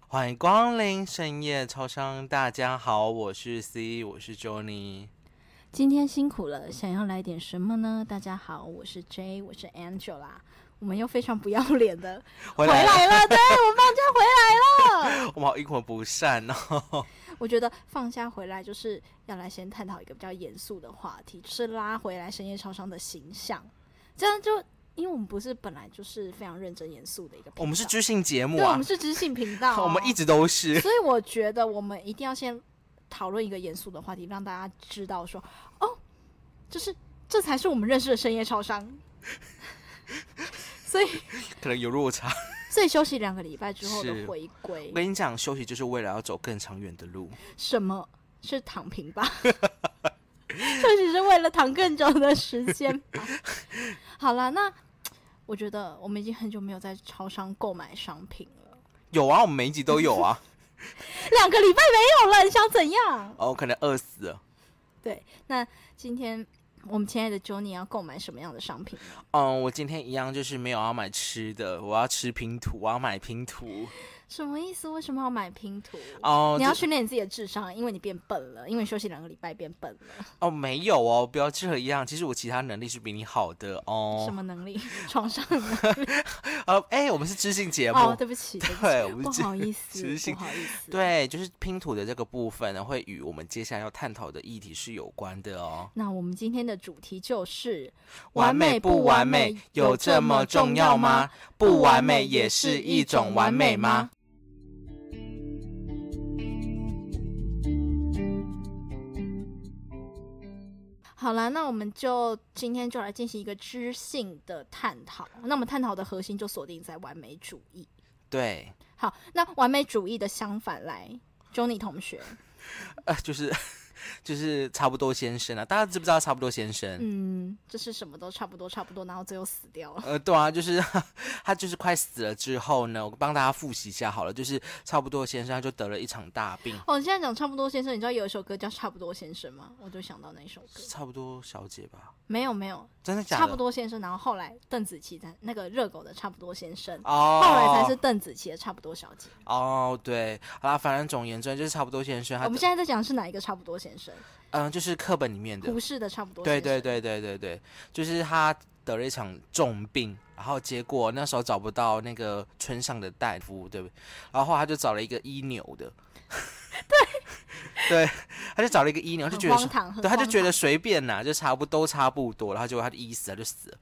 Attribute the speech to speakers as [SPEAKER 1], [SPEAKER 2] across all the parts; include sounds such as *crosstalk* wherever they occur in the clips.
[SPEAKER 1] 欢迎光临深夜超商，大家好，我是 C，我是 Johnny。
[SPEAKER 2] 今天辛苦了，想要来点什么呢？大家好，我是 J，我是 Angela，我们又非常不要脸的
[SPEAKER 1] 回
[SPEAKER 2] 来
[SPEAKER 1] 来
[SPEAKER 2] 了，对我们放假回来了。 *laughs*
[SPEAKER 1] 我们好阴魂不散哦。
[SPEAKER 2] 我觉得放假回来就是要来先探讨一个比较严肃的话题，就是拉回来深夜超商的形象。这样就因为我们不是本来就是非常认真严肃的一个频道，
[SPEAKER 1] 我们是知性节目
[SPEAKER 2] 对，我
[SPEAKER 1] 啊、
[SPEAKER 2] 们，是知性频道
[SPEAKER 1] *laughs*
[SPEAKER 2] 哦，
[SPEAKER 1] 我们一直都
[SPEAKER 2] *laughs*
[SPEAKER 1] 是。
[SPEAKER 2] 所以我觉得我们一定要先讨论一个严肃的话题，让大家知道说，哦，就是这才是我们认识的深夜超商。所以，
[SPEAKER 1] 可能有落差。
[SPEAKER 2] 所以休息两个礼拜之后
[SPEAKER 1] 是
[SPEAKER 2] 的回归
[SPEAKER 1] 我，跟你讲，休息就是为了要走更长远的路。
[SPEAKER 2] 什么是躺平 *laughs* 吧？休息是为了躺更久的时间 *laughs* 吧。好了，那我觉得我们已经很久没有在超商购买商品了，
[SPEAKER 1] 有啊，我们每一集都有
[SPEAKER 2] *laughs*
[SPEAKER 1] 啊。
[SPEAKER 2] 两个礼拜没有了，你想怎样？
[SPEAKER 1] 哦，可能饿死了。
[SPEAKER 2] 对，那今天我们亲爱的 Johnny 要购买什么样的商品呢？
[SPEAKER 1] 嗯，我今天一样就是没有要买吃的，我要吃拼图，我要买拼图。
[SPEAKER 2] 什么意思？为什么要买拼图？
[SPEAKER 1] 哦，
[SPEAKER 2] 你
[SPEAKER 1] 这
[SPEAKER 2] 要训练你自己的智商，因为你变笨了，因为你休息两个礼拜变笨了。
[SPEAKER 1] 哦，没有哦，不要这样。其实我其他能力是比你好的
[SPEAKER 2] 什
[SPEAKER 1] 哦。
[SPEAKER 2] 么能力？ *laughs* 床上能
[SPEAKER 1] 呃，哎、我们是知性节目。
[SPEAKER 2] 哦，对不起，对
[SPEAKER 1] 对我
[SPEAKER 2] 不
[SPEAKER 1] 们
[SPEAKER 2] 起，
[SPEAKER 1] 只
[SPEAKER 2] 不
[SPEAKER 1] *laughs*
[SPEAKER 2] 好意思，
[SPEAKER 1] 只是
[SPEAKER 2] 不好意思。，
[SPEAKER 1] 对，就是拼图的这个部分呢，会与我们接下来要探讨的议题是有关的哦。
[SPEAKER 2] 那我们今天的主题就是
[SPEAKER 1] 完美不完美有这么重要吗？？不完美也是一种完美吗？？
[SPEAKER 2] 好啦，那我们就今天就来进行一个知性的探讨。那我们探讨的核心就锁定在完美主义。
[SPEAKER 1] 对，
[SPEAKER 2] 好，那完美主义的相反来，Johnny 同学，
[SPEAKER 1] 呃，就是就是差不多先生啊，大家知不知道差不多先生？
[SPEAKER 2] 嗯，就是什么都差不多，差不多，然后最后死掉了。
[SPEAKER 1] 呃，对啊，就是 *laughs* 他就是快死了之后呢，我帮大家复习一下好了，就是差不多先生他就得了一场大病，
[SPEAKER 2] 哦，你现在讲差不多先生，你知道有一首歌叫《差不多先生》吗？我就想到那一首歌。
[SPEAKER 1] 差不多小姐吧？
[SPEAKER 2] 没有没有，
[SPEAKER 1] 真的假的？
[SPEAKER 2] 差不多先生，然后后来邓紫棋在那个热狗的差不多先生，
[SPEAKER 1] 哦，
[SPEAKER 2] 后来才是邓紫棋的差不多小姐。
[SPEAKER 1] 哦，对，好啦，反正总而言之就是差不多先生他
[SPEAKER 2] 我们
[SPEAKER 1] 得，
[SPEAKER 2] 现在在讲的是哪一个差不多先生？
[SPEAKER 1] 嗯、就是课本里面的
[SPEAKER 2] 胡，适的差不多先
[SPEAKER 1] 对
[SPEAKER 2] 生。
[SPEAKER 1] 对对对对对，就是他得了一场重病，然后结果那时候找不到那个村上的大夫，对不对？然后后来他就找了一个医牛
[SPEAKER 2] *laughs*
[SPEAKER 1] 的，对对，他就找了一个医牛，他就觉
[SPEAKER 2] 很
[SPEAKER 1] 得说，
[SPEAKER 2] 荒唐，很
[SPEAKER 1] 对，他就
[SPEAKER 2] 荒
[SPEAKER 1] 觉得
[SPEAKER 2] 唐
[SPEAKER 1] 随便啦，就差不都差不多，然后结果他就医死，他就死了。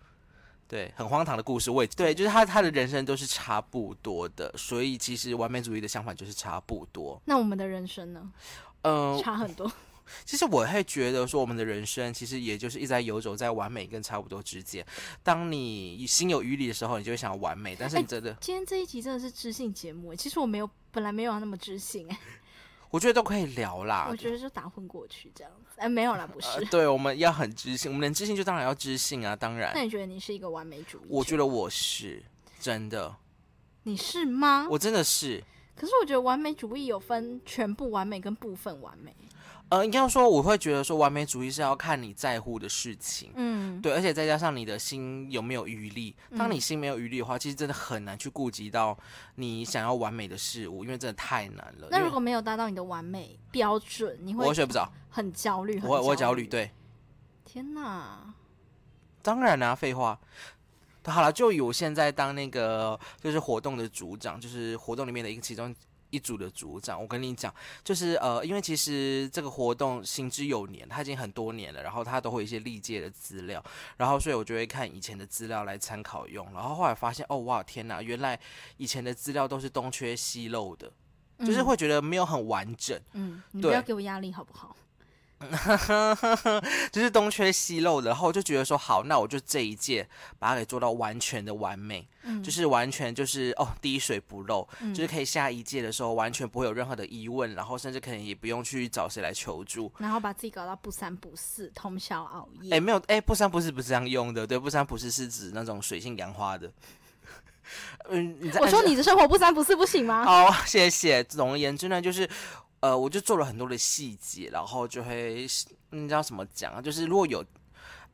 [SPEAKER 1] 对，很荒唐的故事，我也对，就是他他的人生都是差不多的，所以其实完美主义的相反就是差不多。
[SPEAKER 2] 那我们的人生呢，
[SPEAKER 1] 嗯、
[SPEAKER 2] 差很多。 *laughs*
[SPEAKER 1] 其实我会觉得说，我们的人生其实也就是一直在游走在完美跟差不多之间。当你心有余力的时候，你就会想要完美，但
[SPEAKER 2] 哎
[SPEAKER 1] 是你真的，
[SPEAKER 2] 今天这一集真的是知性节目，其实我没有，本来没有要那么
[SPEAKER 1] *laughs*
[SPEAKER 2] 知性哎，
[SPEAKER 1] 我觉得都可以聊啦。
[SPEAKER 2] *laughs* 我觉得就打混过去这样子。哎，没有啦，不
[SPEAKER 1] 啊呃
[SPEAKER 2] 是。
[SPEAKER 1] 对，我们要很知性，我们能知性就当然要知性啊，当然
[SPEAKER 2] *laughs* 那，你觉得你是一个完美主义者？
[SPEAKER 1] 我觉得我是真
[SPEAKER 2] 啊
[SPEAKER 1] 的，
[SPEAKER 2] 你是吗？
[SPEAKER 1] 我真的是。
[SPEAKER 2] 可是我觉得完美主义有分全部完美跟部分完美。
[SPEAKER 1] 呃，应该说我会觉得说，完美主义是要看你在乎的事情，
[SPEAKER 2] 嗯，
[SPEAKER 1] 对，而且再加上你的心有没有余力。当你
[SPEAKER 2] 嗯
[SPEAKER 1] 心没有余力的话，其实真的很难去顾及到你想要完美的事物，因为真的太难了。
[SPEAKER 2] 那
[SPEAKER 1] 因为
[SPEAKER 2] 如果没有达到你的完美标准，你
[SPEAKER 1] 我
[SPEAKER 2] 会
[SPEAKER 1] 会睡不着，
[SPEAKER 2] 很焦虑，
[SPEAKER 1] 我会我会
[SPEAKER 2] 很
[SPEAKER 1] 焦
[SPEAKER 2] 焦
[SPEAKER 1] 虑。。对，
[SPEAKER 2] 天哪！
[SPEAKER 1] 当然啦、废话。好了，就以我现在当那个就是活动的组长，就是活动里面的一个其中一组的组长。我跟你讲，就是呃，因为其实这个活动行之有年，它已经很多年了，然后它都会有一些历届的资料，然后所以我就会看以前的资料来参考用。然后后来发现，哦哇，天哪，原来以前的资料都是东缺西漏的，就是会觉得没有很完整。
[SPEAKER 2] 嗯，嗯，你
[SPEAKER 1] 对
[SPEAKER 2] 不要给我压力好不好？
[SPEAKER 1] 就是东缺西漏的，然后我就觉得说好，那我就这一届把它给做到完全的完美，
[SPEAKER 2] 嗯
[SPEAKER 1] 就是完全就是哦滴水不漏，
[SPEAKER 2] 嗯
[SPEAKER 1] 就是可以下一届的时候完全不会有任何的疑问，然后甚至可能也不用去找谁来求助。
[SPEAKER 2] 然后把自己搞到不三不四，通宵熬夜。
[SPEAKER 1] 哎，没有，哎，不三不四不是这样用的，对，不三不四是指那种水性杨花的。 *laughs* 嗯，你在
[SPEAKER 2] 我说你的生活不三不四不行吗？
[SPEAKER 1] 好， *laughs* 谢谢。总而言之呢，就是呃，我就做了很多的细节，然后就会嗯你知道怎么讲啊？就是如果有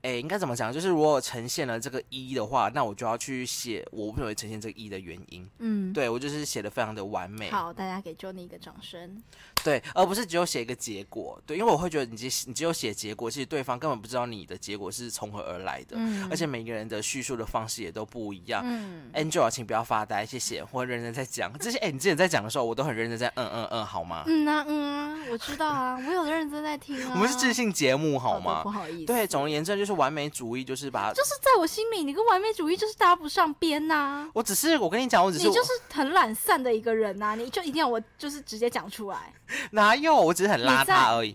[SPEAKER 1] 诶，应该怎么讲？就是如果呈现了这个一的话，那我就要去写我为什么会呈现这个一的原因。
[SPEAKER 2] 嗯，
[SPEAKER 1] 对我就是写的非常的完美，
[SPEAKER 2] 好，大家给 Johnny 一个掌声。
[SPEAKER 1] 对，而不是只有写一个结果。对，因为我会觉得你只你只有写结果，其实对方根本不知道你的结果是从何而来的，
[SPEAKER 2] 嗯
[SPEAKER 1] 而且哎每个人的叙述的方式也都不一样。
[SPEAKER 2] 嗯，
[SPEAKER 1] Angel，请不要发呆，谢谢，我很认真在讲这些。哎、你之前在讲的时候，我都很认真在嗯嗯嗯，好吗？
[SPEAKER 2] 嗯啊，嗯啊，我知道啊，我有认真在听啊。
[SPEAKER 1] 我们是自信节目，好
[SPEAKER 2] 的
[SPEAKER 1] 吗
[SPEAKER 2] 不？好意思，
[SPEAKER 1] 对，总而言之就是完美主义，就是把它。
[SPEAKER 2] 就是在我心里，你跟完美主义就是搭不上边呐、
[SPEAKER 1] 我只是我跟你讲，我只
[SPEAKER 2] 你
[SPEAKER 1] 是我
[SPEAKER 2] 就是很懒散的一个人呐、你就一定要我就是直接讲出来。
[SPEAKER 1] 哪有，我只是很
[SPEAKER 2] 你
[SPEAKER 1] 邋
[SPEAKER 2] 在
[SPEAKER 1] 遢而已。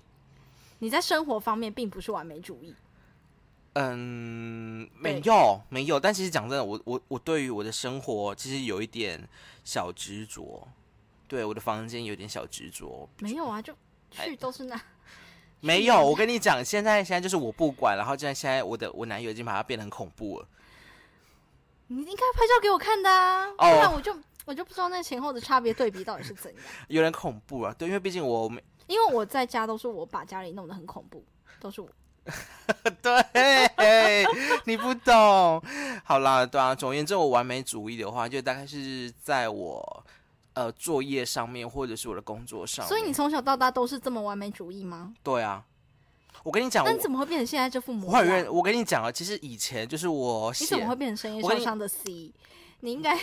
[SPEAKER 2] 你在生活方面并不是完美主义，
[SPEAKER 1] 嗯，没
[SPEAKER 2] 对
[SPEAKER 1] 有没有，但其实讲真的，我我我对于我的生活其实有一点小执着，对我的房间有点小执着。
[SPEAKER 2] 没有啊，就去都是那，
[SPEAKER 1] 没有，我跟你讲，现在现在就是我不管，然后现在现在我的我男友已经把它变得很恐怖了。
[SPEAKER 2] *laughs* 你应该拍照给我看的啊，不然我就我就不知道那前后的差别对比到底是怎样。
[SPEAKER 1] 有点恐怖啊，对，因为毕竟我没
[SPEAKER 2] *laughs* 因为我在家都是我把家里弄得很恐怖，都是我。
[SPEAKER 1] *laughs* 对，你不懂。好啦，对啊，总而言之，我完美主义的话，就大概是在我呃作业上面，或者是我的工作上面。
[SPEAKER 2] 所以你从小到大都是这么完美主义吗？
[SPEAKER 1] 对啊，我跟你讲，
[SPEAKER 2] 那
[SPEAKER 1] 我
[SPEAKER 2] 你怎么会变成现在这副模
[SPEAKER 1] 我很认，
[SPEAKER 2] 样？
[SPEAKER 1] 我跟你讲啊，其实以前就是我
[SPEAKER 2] 你
[SPEAKER 1] 写
[SPEAKER 2] 怎，么会变成深夜
[SPEAKER 1] 我跟
[SPEAKER 2] 受
[SPEAKER 1] 你
[SPEAKER 2] 伤的 C？你应该，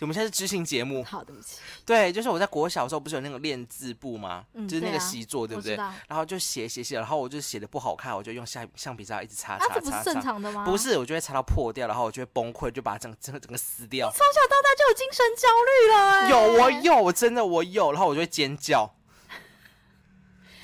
[SPEAKER 1] 我们现在是知性节目
[SPEAKER 2] *laughs* 好，对不起，
[SPEAKER 1] 对，就是我在国小的时候不是有那个练字簿吗？
[SPEAKER 2] 嗯
[SPEAKER 1] 就是那个
[SPEAKER 2] 对啊
[SPEAKER 1] 习作，对
[SPEAKER 2] 我
[SPEAKER 1] 不
[SPEAKER 2] 知
[SPEAKER 1] 对？
[SPEAKER 2] 道。
[SPEAKER 1] 然后就写写写，然后我就写的不好看，我就用橡橡皮擦一直擦
[SPEAKER 2] 啊，
[SPEAKER 1] 擦
[SPEAKER 2] 这不
[SPEAKER 1] 擦
[SPEAKER 2] 是
[SPEAKER 1] 擦
[SPEAKER 2] 正，常的吗？
[SPEAKER 1] 不是，我就会擦到破掉，然后我就会崩溃，就把整个整个整个撕掉。
[SPEAKER 2] 从小到大就有精神焦虑了、哎
[SPEAKER 1] 有我有，我真的我有，然后我就会尖叫。 *laughs*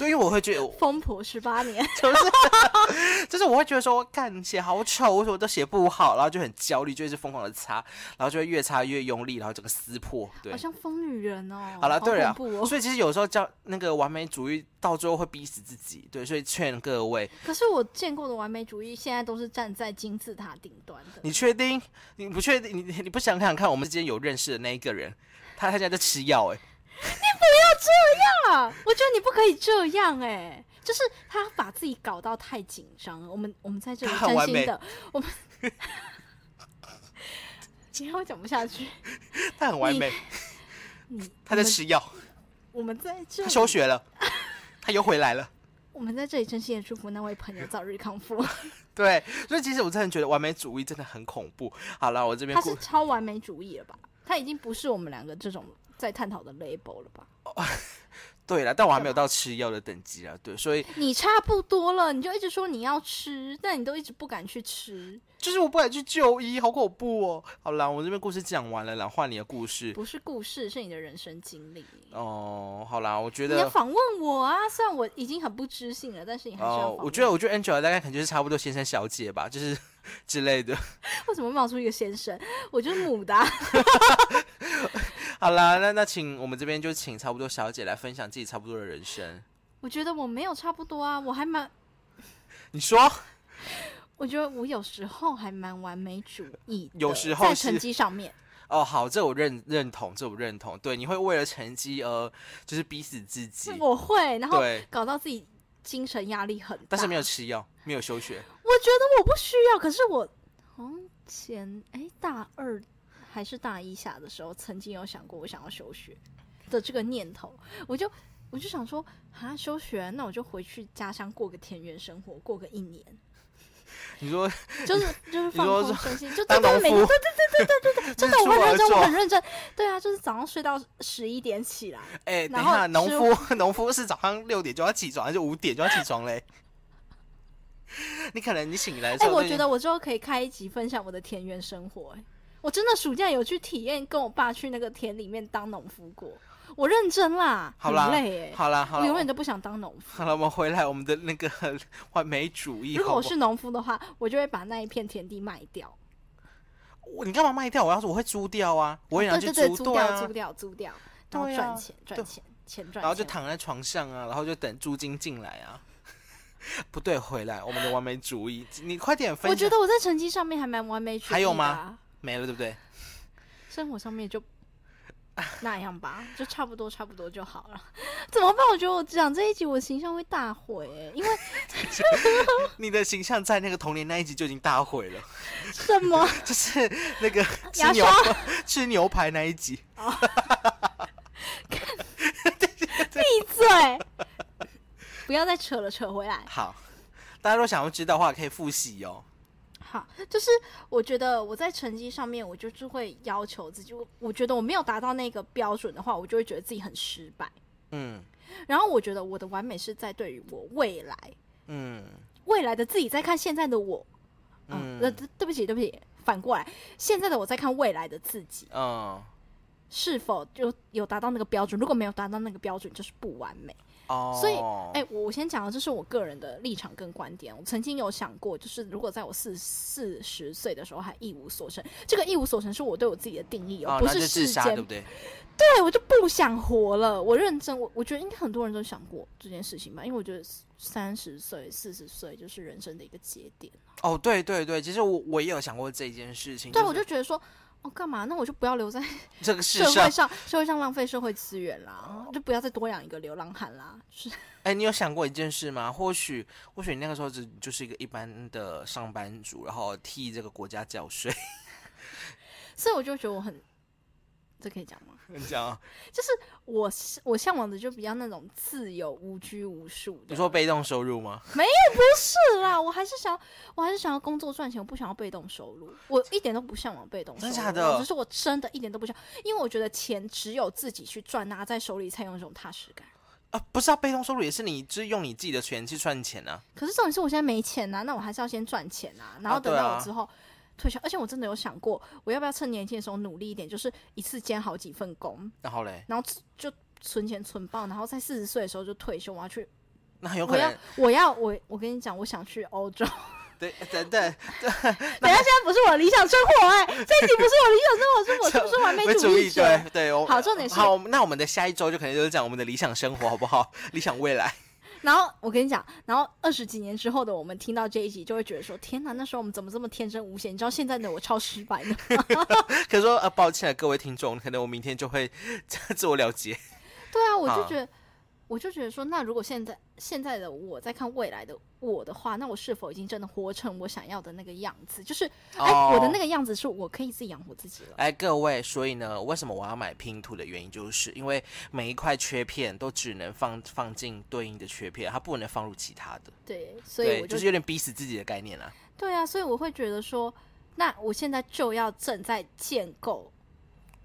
[SPEAKER 1] 对，因为我会觉
[SPEAKER 2] *laughs*
[SPEAKER 1] 得我，
[SPEAKER 2] 疯婆十八年，
[SPEAKER 1] 就是 *laughs* 就是我会觉得说，干写好丑，我说我都写不好，然后就很焦虑，就一直疯狂的擦，然后就会越擦越用力，然后整个撕破。对
[SPEAKER 2] 好，像疯女人哦。
[SPEAKER 1] 好了，对了
[SPEAKER 2] 好恐怖哦。
[SPEAKER 1] 所以其实有时候叫那个完美主义，到最后会逼死自己。对，所以劝各位，
[SPEAKER 2] 可是我见过的完美主义，现在都是站在金字塔顶端的。
[SPEAKER 1] 你确定？你不确定？你你不想想看，我们之间有认识的那一个人，他他现在在吃药、欸，哎，
[SPEAKER 2] 啊，我觉得你不可以这样哎、就是他把自己搞到太紧张了。我们我们在这里
[SPEAKER 1] 他很完
[SPEAKER 2] 真
[SPEAKER 1] 美
[SPEAKER 2] 心的，我们。 *laughs* 今天我讲不下去，
[SPEAKER 1] 他很完美， *laughs*
[SPEAKER 2] 你
[SPEAKER 1] 他在吃药，
[SPEAKER 2] 我们在这
[SPEAKER 1] 他
[SPEAKER 2] 里，
[SPEAKER 1] 休学了， *laughs* 他又回来了。
[SPEAKER 2] 我们在这里真心的祝福那位朋友早日康复。
[SPEAKER 1] 对，所以其实我真的觉得完美主义真的很恐怖。好了，我这边
[SPEAKER 2] 他
[SPEAKER 1] 故
[SPEAKER 2] 是超完美主义了吧？他已经不是我们两个这种在探讨的 label 了吧？
[SPEAKER 1] 对了，但我还没有
[SPEAKER 2] 干
[SPEAKER 1] 到吃药的等级啊。对，所以
[SPEAKER 2] 你差不多了，你就一直说你要吃，但你都一直不敢去吃，
[SPEAKER 1] 就是我不敢去就医，好恐怖哦。好啦，我这边故事讲完了啦，换你的故事。
[SPEAKER 2] 不是故事，是你的人生经历。
[SPEAKER 1] 哦，好啦，我觉
[SPEAKER 2] 你要
[SPEAKER 1] 得。
[SPEAKER 2] 访问我啊！虽然我已经很不知性了，但是你还是要
[SPEAKER 1] 哦
[SPEAKER 2] 访，问。
[SPEAKER 1] 我觉得，我觉得 Angel 大概可能就是差不多先生小姐吧，就是 *laughs* 之类的。
[SPEAKER 2] 为什么冒出一个先生？我就是母的啊、
[SPEAKER 1] 好啦，那那请我们这边就请差不多小姐来分享自己差不多的人生。
[SPEAKER 2] 我觉得我没有差不多啊，我还蛮，
[SPEAKER 1] 你说啊
[SPEAKER 2] 我觉得我有时候还蛮完美主义的，
[SPEAKER 1] 有时候
[SPEAKER 2] 在
[SPEAKER 1] 是
[SPEAKER 2] 成绩上面，
[SPEAKER 1] 哦，好，这我认认同，这我认同。对，你会为了成绩而就是逼死自己。
[SPEAKER 2] 我会，然后
[SPEAKER 1] 对，
[SPEAKER 2] 搞到自己精神压力很大。
[SPEAKER 1] 但是没有吃药，没有休学。
[SPEAKER 2] 我觉得我不需要，可是我好像前哎大二还是大一下的时候，曾经有想过我想要休学的这个念头，我就我就想说啊，休学那我就回去家乡过个田园生活，过个一年，
[SPEAKER 1] 你说
[SPEAKER 2] 就是 *laughs* 就是放
[SPEAKER 1] 说
[SPEAKER 2] 空身心，就
[SPEAKER 1] 当
[SPEAKER 2] 真的
[SPEAKER 1] 农
[SPEAKER 2] 每
[SPEAKER 1] 夫
[SPEAKER 2] 天，真的
[SPEAKER 1] 日
[SPEAKER 2] 我
[SPEAKER 1] 出
[SPEAKER 2] 很
[SPEAKER 1] 而
[SPEAKER 2] 认真，我
[SPEAKER 1] 作
[SPEAKER 2] 很认真，对啊，就是早上睡到十一点起来，
[SPEAKER 1] 哎、等
[SPEAKER 2] 然
[SPEAKER 1] 一
[SPEAKER 2] 后
[SPEAKER 1] 下，农
[SPEAKER 2] 吃
[SPEAKER 1] 夫农夫是早上六点就要起床，还是五点就要起床嘞？ *laughs* 你可能你醒来的时
[SPEAKER 2] 哎、
[SPEAKER 1] 候
[SPEAKER 2] 我
[SPEAKER 1] 就已
[SPEAKER 2] 觉
[SPEAKER 1] 经，
[SPEAKER 2] 得我之后可以开一集分享我的田园生活、哎，我真的暑假有去体验跟我爸去那个田里面当农夫过，我认真啦，
[SPEAKER 1] 好啦
[SPEAKER 2] 很累哎、
[SPEAKER 1] 好啦好
[SPEAKER 2] 我
[SPEAKER 1] 啦，
[SPEAKER 2] 永远都不想当农夫。
[SPEAKER 1] 好了，我们回来我们的那个完美主义。
[SPEAKER 2] 如果
[SPEAKER 1] 好
[SPEAKER 2] 我
[SPEAKER 1] 不
[SPEAKER 2] 是农夫的话，我就会把那一片田地卖掉，
[SPEAKER 1] 好 *laughs* 我你干嘛卖掉？我要是我会租掉啊，我也想
[SPEAKER 2] 哦对
[SPEAKER 1] 去
[SPEAKER 2] 对对，
[SPEAKER 1] 租，
[SPEAKER 2] 租掉
[SPEAKER 1] 啊
[SPEAKER 2] 租。掉租掉，然后
[SPEAKER 1] 对啊
[SPEAKER 2] 赚钱赚
[SPEAKER 1] 对
[SPEAKER 2] 钱钱赚钱，
[SPEAKER 1] 然后就躺在床上啊，然后就等租金进来啊。 *laughs* 不对，回来我们的完美主义，你快点分享。
[SPEAKER 2] 我觉得我在成绩上面还蛮完美主义的、啊，
[SPEAKER 1] 还有吗？没了，对不对？
[SPEAKER 2] 生活上面就那样吧，就差不多差不多就好了。 *laughs* 怎么办？我觉得我讲这一集，我形象会大毁、欸，因为
[SPEAKER 1] 你的形象在那个童年那一集就已经大毁了， *laughs*
[SPEAKER 2] 什 *laughs* 么？
[SPEAKER 1] 就是那个吃
[SPEAKER 2] 牙
[SPEAKER 1] 牛
[SPEAKER 2] 刷
[SPEAKER 1] *laughs* 吃牛排那一集。
[SPEAKER 2] 闭嘴！不要再扯了，扯回来。
[SPEAKER 1] 好，大家如果想要知道的话，可以复习哦。
[SPEAKER 2] 好，就是我觉得我在成绩上面，我就是会要求自己，我我觉得我没有达到那个标准的话，我就会觉得自己很失败。
[SPEAKER 1] 嗯
[SPEAKER 2] 然后我觉得我的完美是在对于我未来
[SPEAKER 1] 嗯
[SPEAKER 2] 未来的自己在看现在的我，嗯，呃
[SPEAKER 1] 嗯
[SPEAKER 2] 对对不起，对不起，反过来，现在的我在看未来的自己
[SPEAKER 1] 嗯
[SPEAKER 2] 是否就有达到那个标准？如果没有达到那个标准，就是不完美。
[SPEAKER 1] 哦，
[SPEAKER 2] 所以哎、我我先讲的这是我个人的立场跟观点。我曾经有想过，就是如果在我四四十岁的时候还一无所成，这个一无所成是我对我自己的定义哦，
[SPEAKER 1] 哦，
[SPEAKER 2] 不
[SPEAKER 1] 那就是自
[SPEAKER 2] 世
[SPEAKER 1] 杀，
[SPEAKER 2] 间
[SPEAKER 1] 对不对？
[SPEAKER 2] 对，我就不想活了。我认真，我我觉得应该很多人都想过这件事情吧，因为我觉得三十岁、四十岁就是人生的一个节点。
[SPEAKER 1] 哦，对对对，其实我我也有想过这一件事情。
[SPEAKER 2] 对，啊
[SPEAKER 1] 是
[SPEAKER 2] 我就觉得说。哦，干嘛？那我就不要留在
[SPEAKER 1] 这个
[SPEAKER 2] 社
[SPEAKER 1] 世
[SPEAKER 2] 会
[SPEAKER 1] 上，
[SPEAKER 2] 上，社会上浪费社会资源啦，
[SPEAKER 1] 哦
[SPEAKER 2] 就不要再多养一个流浪汉啦。是，
[SPEAKER 1] 哎，你有想过一件事吗？或许或许你那个时候只就是一个一般的上班族，然后替这个国家缴税。 *laughs*
[SPEAKER 2] 所以我就觉得我很，这可以讲吗？
[SPEAKER 1] 你讲啊，
[SPEAKER 2] 我是我向往的就比较那种自由、无拘无束的。
[SPEAKER 1] 你说被动收入吗？
[SPEAKER 2] 是啦，我还是想，我还是想要工作赚钱，我不想要被动收入，我一点都不向往被动收入。
[SPEAKER 1] 真假的
[SPEAKER 2] 只是我真的一点都不想，因为我觉得钱只有自己去赚，拿在手里才有那种踏实感。
[SPEAKER 1] 啊，不是啊，被动收入也是你，就是用你自己的钱去赚钱啊。
[SPEAKER 2] 可是重点是我现在没钱呐、那我还是要先赚钱呐、然后
[SPEAKER 1] 啊对
[SPEAKER 2] 等
[SPEAKER 1] 啊
[SPEAKER 2] 到我之后。退休，而且我真的有想过，我要不要趁年轻的时候努力一点，就是一次兼好几份工，
[SPEAKER 1] 然后嘞，
[SPEAKER 2] 然后就存钱存爆，然后在四十岁的时候就退休，我要去，
[SPEAKER 1] 那很有
[SPEAKER 2] 我
[SPEAKER 1] 可
[SPEAKER 2] 要
[SPEAKER 1] 能，，
[SPEAKER 2] 我要，我我跟你讲，我想去欧洲，
[SPEAKER 1] 对，等等，
[SPEAKER 2] *laughs* 等一下，现在不是我的理想生活哎、这一集不是我的理想生活，是我是不是完美
[SPEAKER 1] 没
[SPEAKER 2] 主
[SPEAKER 1] 主
[SPEAKER 2] 义
[SPEAKER 1] 意，
[SPEAKER 2] 者？
[SPEAKER 1] 对对，我
[SPEAKER 2] 好重点是
[SPEAKER 1] 好，那我们的下一周就可能就是讲我们的理想生活，好不好？ *laughs* 理想未来，
[SPEAKER 2] 然后我跟你讲，然后二十几年之后的我们听到这一集，就会觉得说：天哪，那时候我们怎么这么天真无邪？你知道现在的我超失败的。
[SPEAKER 1] 可是说呃，抱歉了各位听众，可能我明天就会 *laughs* 自我了结。
[SPEAKER 2] *laughs* 对啊，我就
[SPEAKER 1] 啊
[SPEAKER 2] 觉得，我就觉得说，那如果现在现在的我在看未来的我的话，那我是否已经真的活成我想要的那个样子？就是，哎、
[SPEAKER 1] 哦
[SPEAKER 2] 我的那个样子是我可以自己养活自己了。
[SPEAKER 1] 哎，各位，所以呢，为什么我要买拼图的原因，就是因为每一块缺片都只能放放进对应的缺片，它不能放入其他的。
[SPEAKER 2] 对，所以
[SPEAKER 1] 对，
[SPEAKER 2] 我
[SPEAKER 1] 就是有点逼死自己的概念啦。
[SPEAKER 2] 对啊，所以我会觉得说，那我现在就要正在建构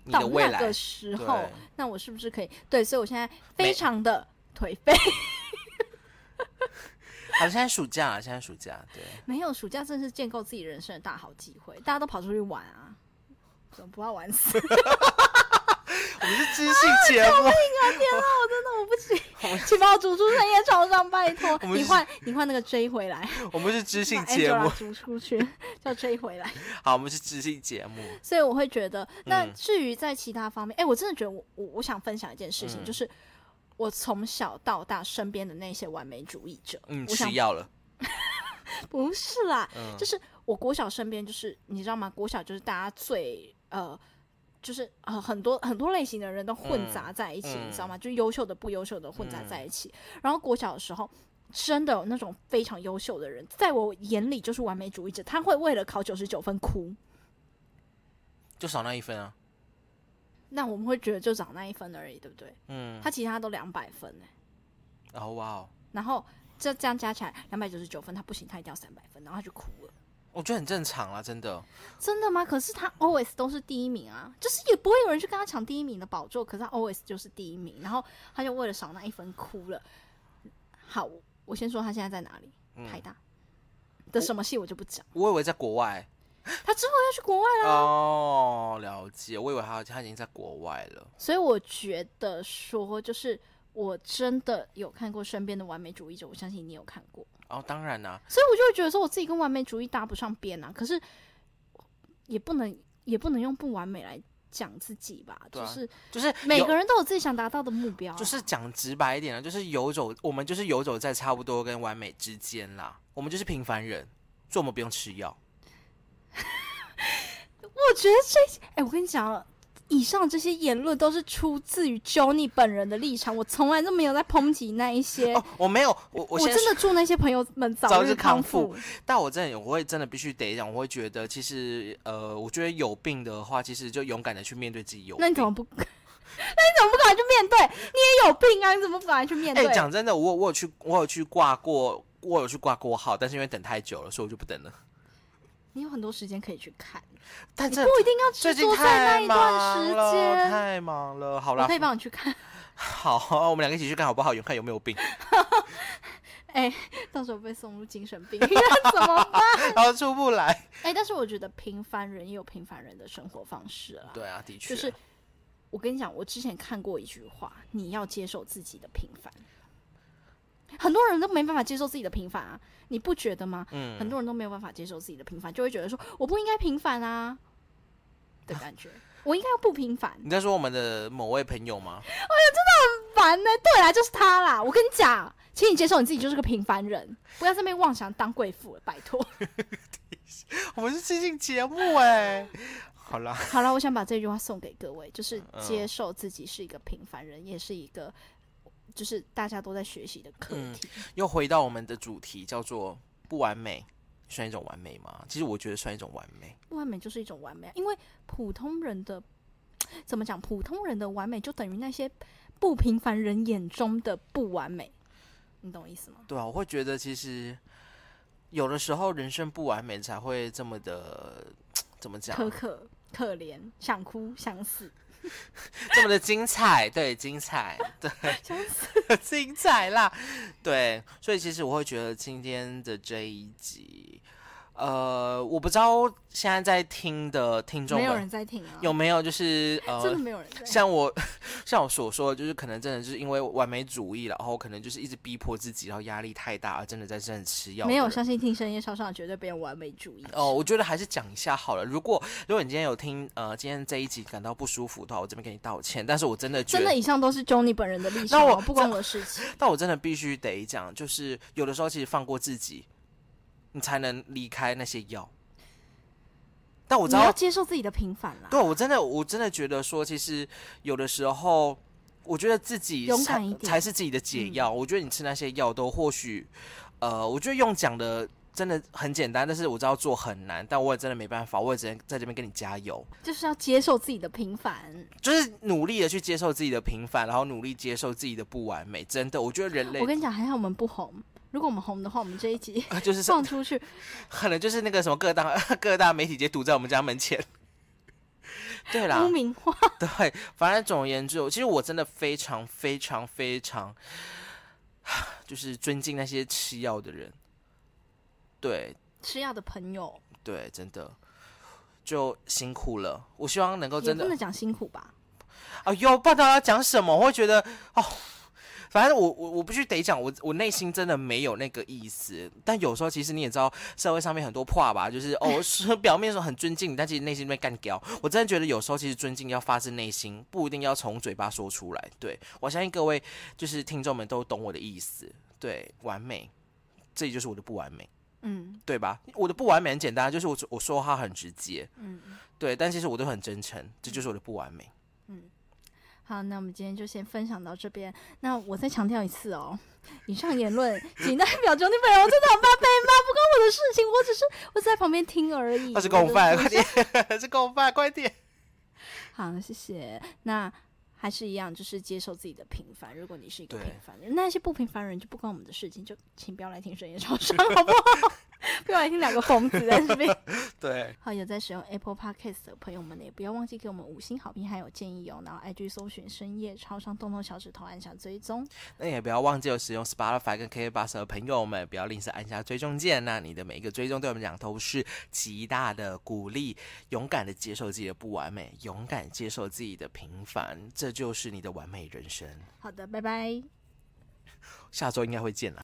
[SPEAKER 1] 你
[SPEAKER 2] 到
[SPEAKER 1] 的未
[SPEAKER 2] 那
[SPEAKER 1] 来
[SPEAKER 2] 个，时候
[SPEAKER 1] 对，
[SPEAKER 2] 那我是不是可以？对，所以我现在
[SPEAKER 1] 没
[SPEAKER 2] 非常的颓废。 *laughs*
[SPEAKER 1] 好，现在暑假，啊现在暑假，
[SPEAKER 2] *laughs*
[SPEAKER 1] 对，
[SPEAKER 2] 没有，暑假真是建构自己人生的大好机会，大家都跑出去玩啊，怎么不要玩死？
[SPEAKER 1] 我们是知性节
[SPEAKER 2] 啊
[SPEAKER 1] 目，
[SPEAKER 2] 我不
[SPEAKER 1] *laughs*
[SPEAKER 2] 行，请把我逐出深夜床上，拜托
[SPEAKER 1] 我们
[SPEAKER 2] 你
[SPEAKER 1] 是
[SPEAKER 2] 换你换那个 J 回来，
[SPEAKER 1] 我们是知性
[SPEAKER 2] 把
[SPEAKER 1] 节目
[SPEAKER 2] Angela，逐出去，叫 J 回来。
[SPEAKER 1] 好，我们是知性节目，
[SPEAKER 2] 所以我会觉得，那
[SPEAKER 1] 嗯
[SPEAKER 2] 至于在其他方面，哎、我真的觉得我我我想分享一件事情，
[SPEAKER 1] 嗯
[SPEAKER 2] 就是我从小到大身边的那些完美主义者，
[SPEAKER 1] 嗯，
[SPEAKER 2] 我想
[SPEAKER 1] 吃药了，
[SPEAKER 2] 不是啦，
[SPEAKER 1] 嗯
[SPEAKER 2] 就是我国小身边，就是你知道吗？国小就是大家最呃，就是呃很多很多类型的人都混杂在一起，
[SPEAKER 1] 嗯
[SPEAKER 2] 你知道吗？就优秀的不优秀的混杂在一起。然后国小的时候。真的有那种非常优秀的人，在我眼里就是完美主义者，他会为了考九十九分哭。
[SPEAKER 1] 就少那一分啊，
[SPEAKER 2] 那我们会觉得就长那一分而已，对不对？
[SPEAKER 1] 嗯，
[SPEAKER 2] 他其他都两百分呢、
[SPEAKER 1] 然后哇哦，
[SPEAKER 2] 然后这这样加起来两百九十九分，他不行，他一定要三百分，然后他就哭了。
[SPEAKER 1] 我觉得很正常啦，真的，
[SPEAKER 2] 真的吗？可是他 always 都是第一名啊，就是也不会有人去跟他抢第一名的宝座，可是他 always 就是第一名，然后他就为了少那一分哭了。好，我我先说他现在在哪里，台
[SPEAKER 1] 嗯，
[SPEAKER 2] 大的什么系我就不讲，
[SPEAKER 1] 我以为在国外，
[SPEAKER 2] 他之后要去国外了，
[SPEAKER 1] 哦，了解，我以为他他已经在国外了。
[SPEAKER 2] 所以我觉得说就是。我真的有看过身边的完美主义者，我相信你有看过，
[SPEAKER 1] 哦，当然啦、
[SPEAKER 2] 所以我就会觉得说我自己跟完美主义搭不上边啊。可是也不能也不能用不完美来讲自己吧，
[SPEAKER 1] 对啊
[SPEAKER 2] 就是
[SPEAKER 1] 就是
[SPEAKER 2] 每
[SPEAKER 1] 有
[SPEAKER 2] 个 *laughs* 人都有自己想达到的目标啊、
[SPEAKER 1] 就是讲直白一点啊，就是游走，我们就是游走在差不多跟完美之间啦。我们就是平凡人，所以我们不用吃药。
[SPEAKER 2] 我觉得这一集，哎、我跟你讲啊，以上这些言论都是出自于 Johnny 本人的立场，我从来都没有在抨击那一些。
[SPEAKER 1] 哦，我没有，我
[SPEAKER 2] 我
[SPEAKER 1] 我现在
[SPEAKER 2] 真的祝那些朋友们
[SPEAKER 1] 早
[SPEAKER 2] 日
[SPEAKER 1] 日康
[SPEAKER 2] 复。
[SPEAKER 1] 但我真的我会真的必须得讲，我会觉得其实呃，我觉得有病的话，其实就勇敢的去面对自己有病。
[SPEAKER 2] 那你怎么不？那 *laughs* 你怎么不赶快去面对？你也有病啊！你怎么不赶快去面
[SPEAKER 1] 哎、
[SPEAKER 2] 对？
[SPEAKER 1] 讲真的，我我有去我有去挂过，我有去挂过号，但是因为等太久了，所以我就不等了。
[SPEAKER 2] 你有很多时间可以去看，
[SPEAKER 1] 但
[SPEAKER 2] 你
[SPEAKER 1] 这
[SPEAKER 2] 不一定要
[SPEAKER 1] 最
[SPEAKER 2] 执
[SPEAKER 1] 近
[SPEAKER 2] 着在那
[SPEAKER 1] 太
[SPEAKER 2] 一
[SPEAKER 1] 忙
[SPEAKER 2] 段时
[SPEAKER 1] 了
[SPEAKER 2] 间。
[SPEAKER 1] 太忙了。好
[SPEAKER 2] 我
[SPEAKER 1] 啦
[SPEAKER 2] 可，以帮你去看， *laughs*
[SPEAKER 1] 好，我们两个一起去看好不好？远看有没有病， *laughs*
[SPEAKER 2] 哎、到时候被送入精神病院怎么办？
[SPEAKER 1] 然后出不来。
[SPEAKER 2] *laughs* 哎、但是我觉得平凡人也有平凡人的生活方式啦。
[SPEAKER 1] 对啊，的确，
[SPEAKER 2] 就是我跟你讲，我之前看过一句话，你要接受自己的平凡。很多人都没办法接受自己的平凡啊，你不觉得吗？
[SPEAKER 1] 嗯，
[SPEAKER 2] 很多人都没有办法接受自己的平凡，就会觉得说我不应该平
[SPEAKER 1] *laughs*
[SPEAKER 2] 凡啊的感觉，我应该要不平凡。
[SPEAKER 1] 你在说我们的某位朋友吗？
[SPEAKER 2] 烦呢、对啦，就是他啦。我跟你讲，请你接受你自己就是个平凡人，不要在那边妄想当贵妇了，拜托。
[SPEAKER 1] *laughs*
[SPEAKER 2] *laughs*
[SPEAKER 1] 我们是最近节目哎、 *laughs* 好啦，
[SPEAKER 2] 好了，我想把这句话送给各位，就是
[SPEAKER 1] 嗯
[SPEAKER 2] 接受自己是一个平凡人，也是一个就是大家都在学习的课
[SPEAKER 1] 嗯
[SPEAKER 2] 题。
[SPEAKER 1] 又回到我们的主题，叫做不完美，算一种完美吗？其实我觉得算一种完美。
[SPEAKER 2] 不完美就是一种完美啊，因为普通人的怎么讲？普通人的完美就等于那些不平凡人眼中的不完美，你懂我意思吗？
[SPEAKER 1] 对啊，我会觉得其实有的时候人生不完美才会这么的怎么讲啊，
[SPEAKER 2] 可可可怜，想哭想死
[SPEAKER 1] 这么的精彩，对，精彩， *laughs* 对，
[SPEAKER 2] 想死。
[SPEAKER 1] 精彩啦，对，所以其实我会觉得今天的这一集，呃，我不知道现在在听的听众
[SPEAKER 2] 没有
[SPEAKER 1] 们
[SPEAKER 2] 人在听啊，
[SPEAKER 1] 有没有就是
[SPEAKER 2] 真的
[SPEAKER 1] 呃。
[SPEAKER 2] 没有人在听。
[SPEAKER 1] 像我， *laughs* 像我所说的，就是可能真的就是因为完美主义，然后可能就是一直逼迫自己，然后压力太大，而真的在真的吃药的人。
[SPEAKER 2] 没有相信听深夜超商的绝对没有完美主义。
[SPEAKER 1] 哦，我觉得还是讲一下好了。如果如果你今天有听呃今天这一集感到不舒服的话，我这边给你道歉。但是我真的觉
[SPEAKER 2] 真
[SPEAKER 1] 得
[SPEAKER 2] 的，，以上都是 Johnny 本人的立场
[SPEAKER 1] 那
[SPEAKER 2] 哦，
[SPEAKER 1] 我
[SPEAKER 2] 不关我的事情。
[SPEAKER 1] 但我真的必须得讲，就是有的时候其实放过自己，你才能离开那些药。但我知
[SPEAKER 2] 你要
[SPEAKER 1] 道，
[SPEAKER 2] 接受自己的平凡啦，
[SPEAKER 1] 对我真的我真的觉得说，其实有的时候，我觉得自己
[SPEAKER 2] 勇
[SPEAKER 1] 才
[SPEAKER 2] 敢一点嗯
[SPEAKER 1] 才是自己的解药。我觉得你吃那些药都或许，呃，我觉得用讲的。真的很简单，但是我知道做很难，但我也真的没办法，我也只能在这边跟你加油。
[SPEAKER 2] 就是要接受自己的平凡。
[SPEAKER 1] 就是努力的去接受自己的平凡，然后努力接受自己的不完美。真的，我觉得人类
[SPEAKER 2] 我跟你讲，还好我们不红。如果我们红的话，我们这一集
[SPEAKER 1] 呃 *laughs* 就是
[SPEAKER 2] 放出去，
[SPEAKER 1] 可能就是那个什么各大 *laughs* 各大媒体直接堵在我们家门前。 *laughs* 对啊啦
[SPEAKER 2] 污，名化。
[SPEAKER 1] 对，反正总而言之，我其实我真的非常非常非常，就是尊敬那些吃药的人。对
[SPEAKER 2] 吃药的朋友
[SPEAKER 1] 对，真的就辛苦了。我希望能够
[SPEAKER 2] 也
[SPEAKER 1] 哦真的
[SPEAKER 2] 不能讲辛苦吧？
[SPEAKER 1] 啊，又不知道要讲什么，我会觉得哦，反正我我我必须得讲，我我内心真的没有那个意思。但有时候其实你也知道，社会上面很多话吧，就是哦，是表面说很尊敬你，但其实内心被干掉。我真的觉得有时候其实尊敬要发自内心，不一定要从嘴巴说出来。对我相信各位就是听众们都懂我的意思。对，完美，这就是我的不完美，
[SPEAKER 2] 嗯
[SPEAKER 1] 对吧？我的不完美很简单，就是我我说话很直接，
[SPEAKER 2] 嗯。嗯
[SPEAKER 1] 对，但其实我都很真诚，这就是我的不完美。
[SPEAKER 2] 好，那我们今天就先分享到这边。那我再强调一次哦，以上
[SPEAKER 1] *laughs*
[SPEAKER 2] 言论仅代表 Johnny 本人，我真的很怕被骂，不关我的事情，我只是我只在旁边听而已。
[SPEAKER 1] 他是
[SPEAKER 2] 我
[SPEAKER 1] 共
[SPEAKER 2] 的
[SPEAKER 1] 犯，快 *laughs* 点，是共犯，快点。
[SPEAKER 2] 好，谢谢。那还是一样，就是接受自己的平凡。如果你是一个
[SPEAKER 1] 对
[SPEAKER 2] 平凡人，那些不平凡人就不关我们的事情，就请不要来听深夜超商，好不好？ *laughs* 不要来听两个疯子在这边。
[SPEAKER 1] *laughs* 对，
[SPEAKER 2] 好，有在使用 Apple Podcast 的朋友们呢，也不要忘记给我们五星好评还有建议哦。然后 IG 搜寻深夜超商，动动小指头按下追踪。
[SPEAKER 1] 那也不要忘记有使用 Spotify 跟 k b o s 的朋友们，不要吝啬按下追踪键。那你的每一个追踪对我们讲都是极大的鼓励。勇敢的接受自己的不完美，勇敢接受自己的平凡，这就是你的完美人生。
[SPEAKER 2] 好的，拜拜。
[SPEAKER 1] 下周应该会见了。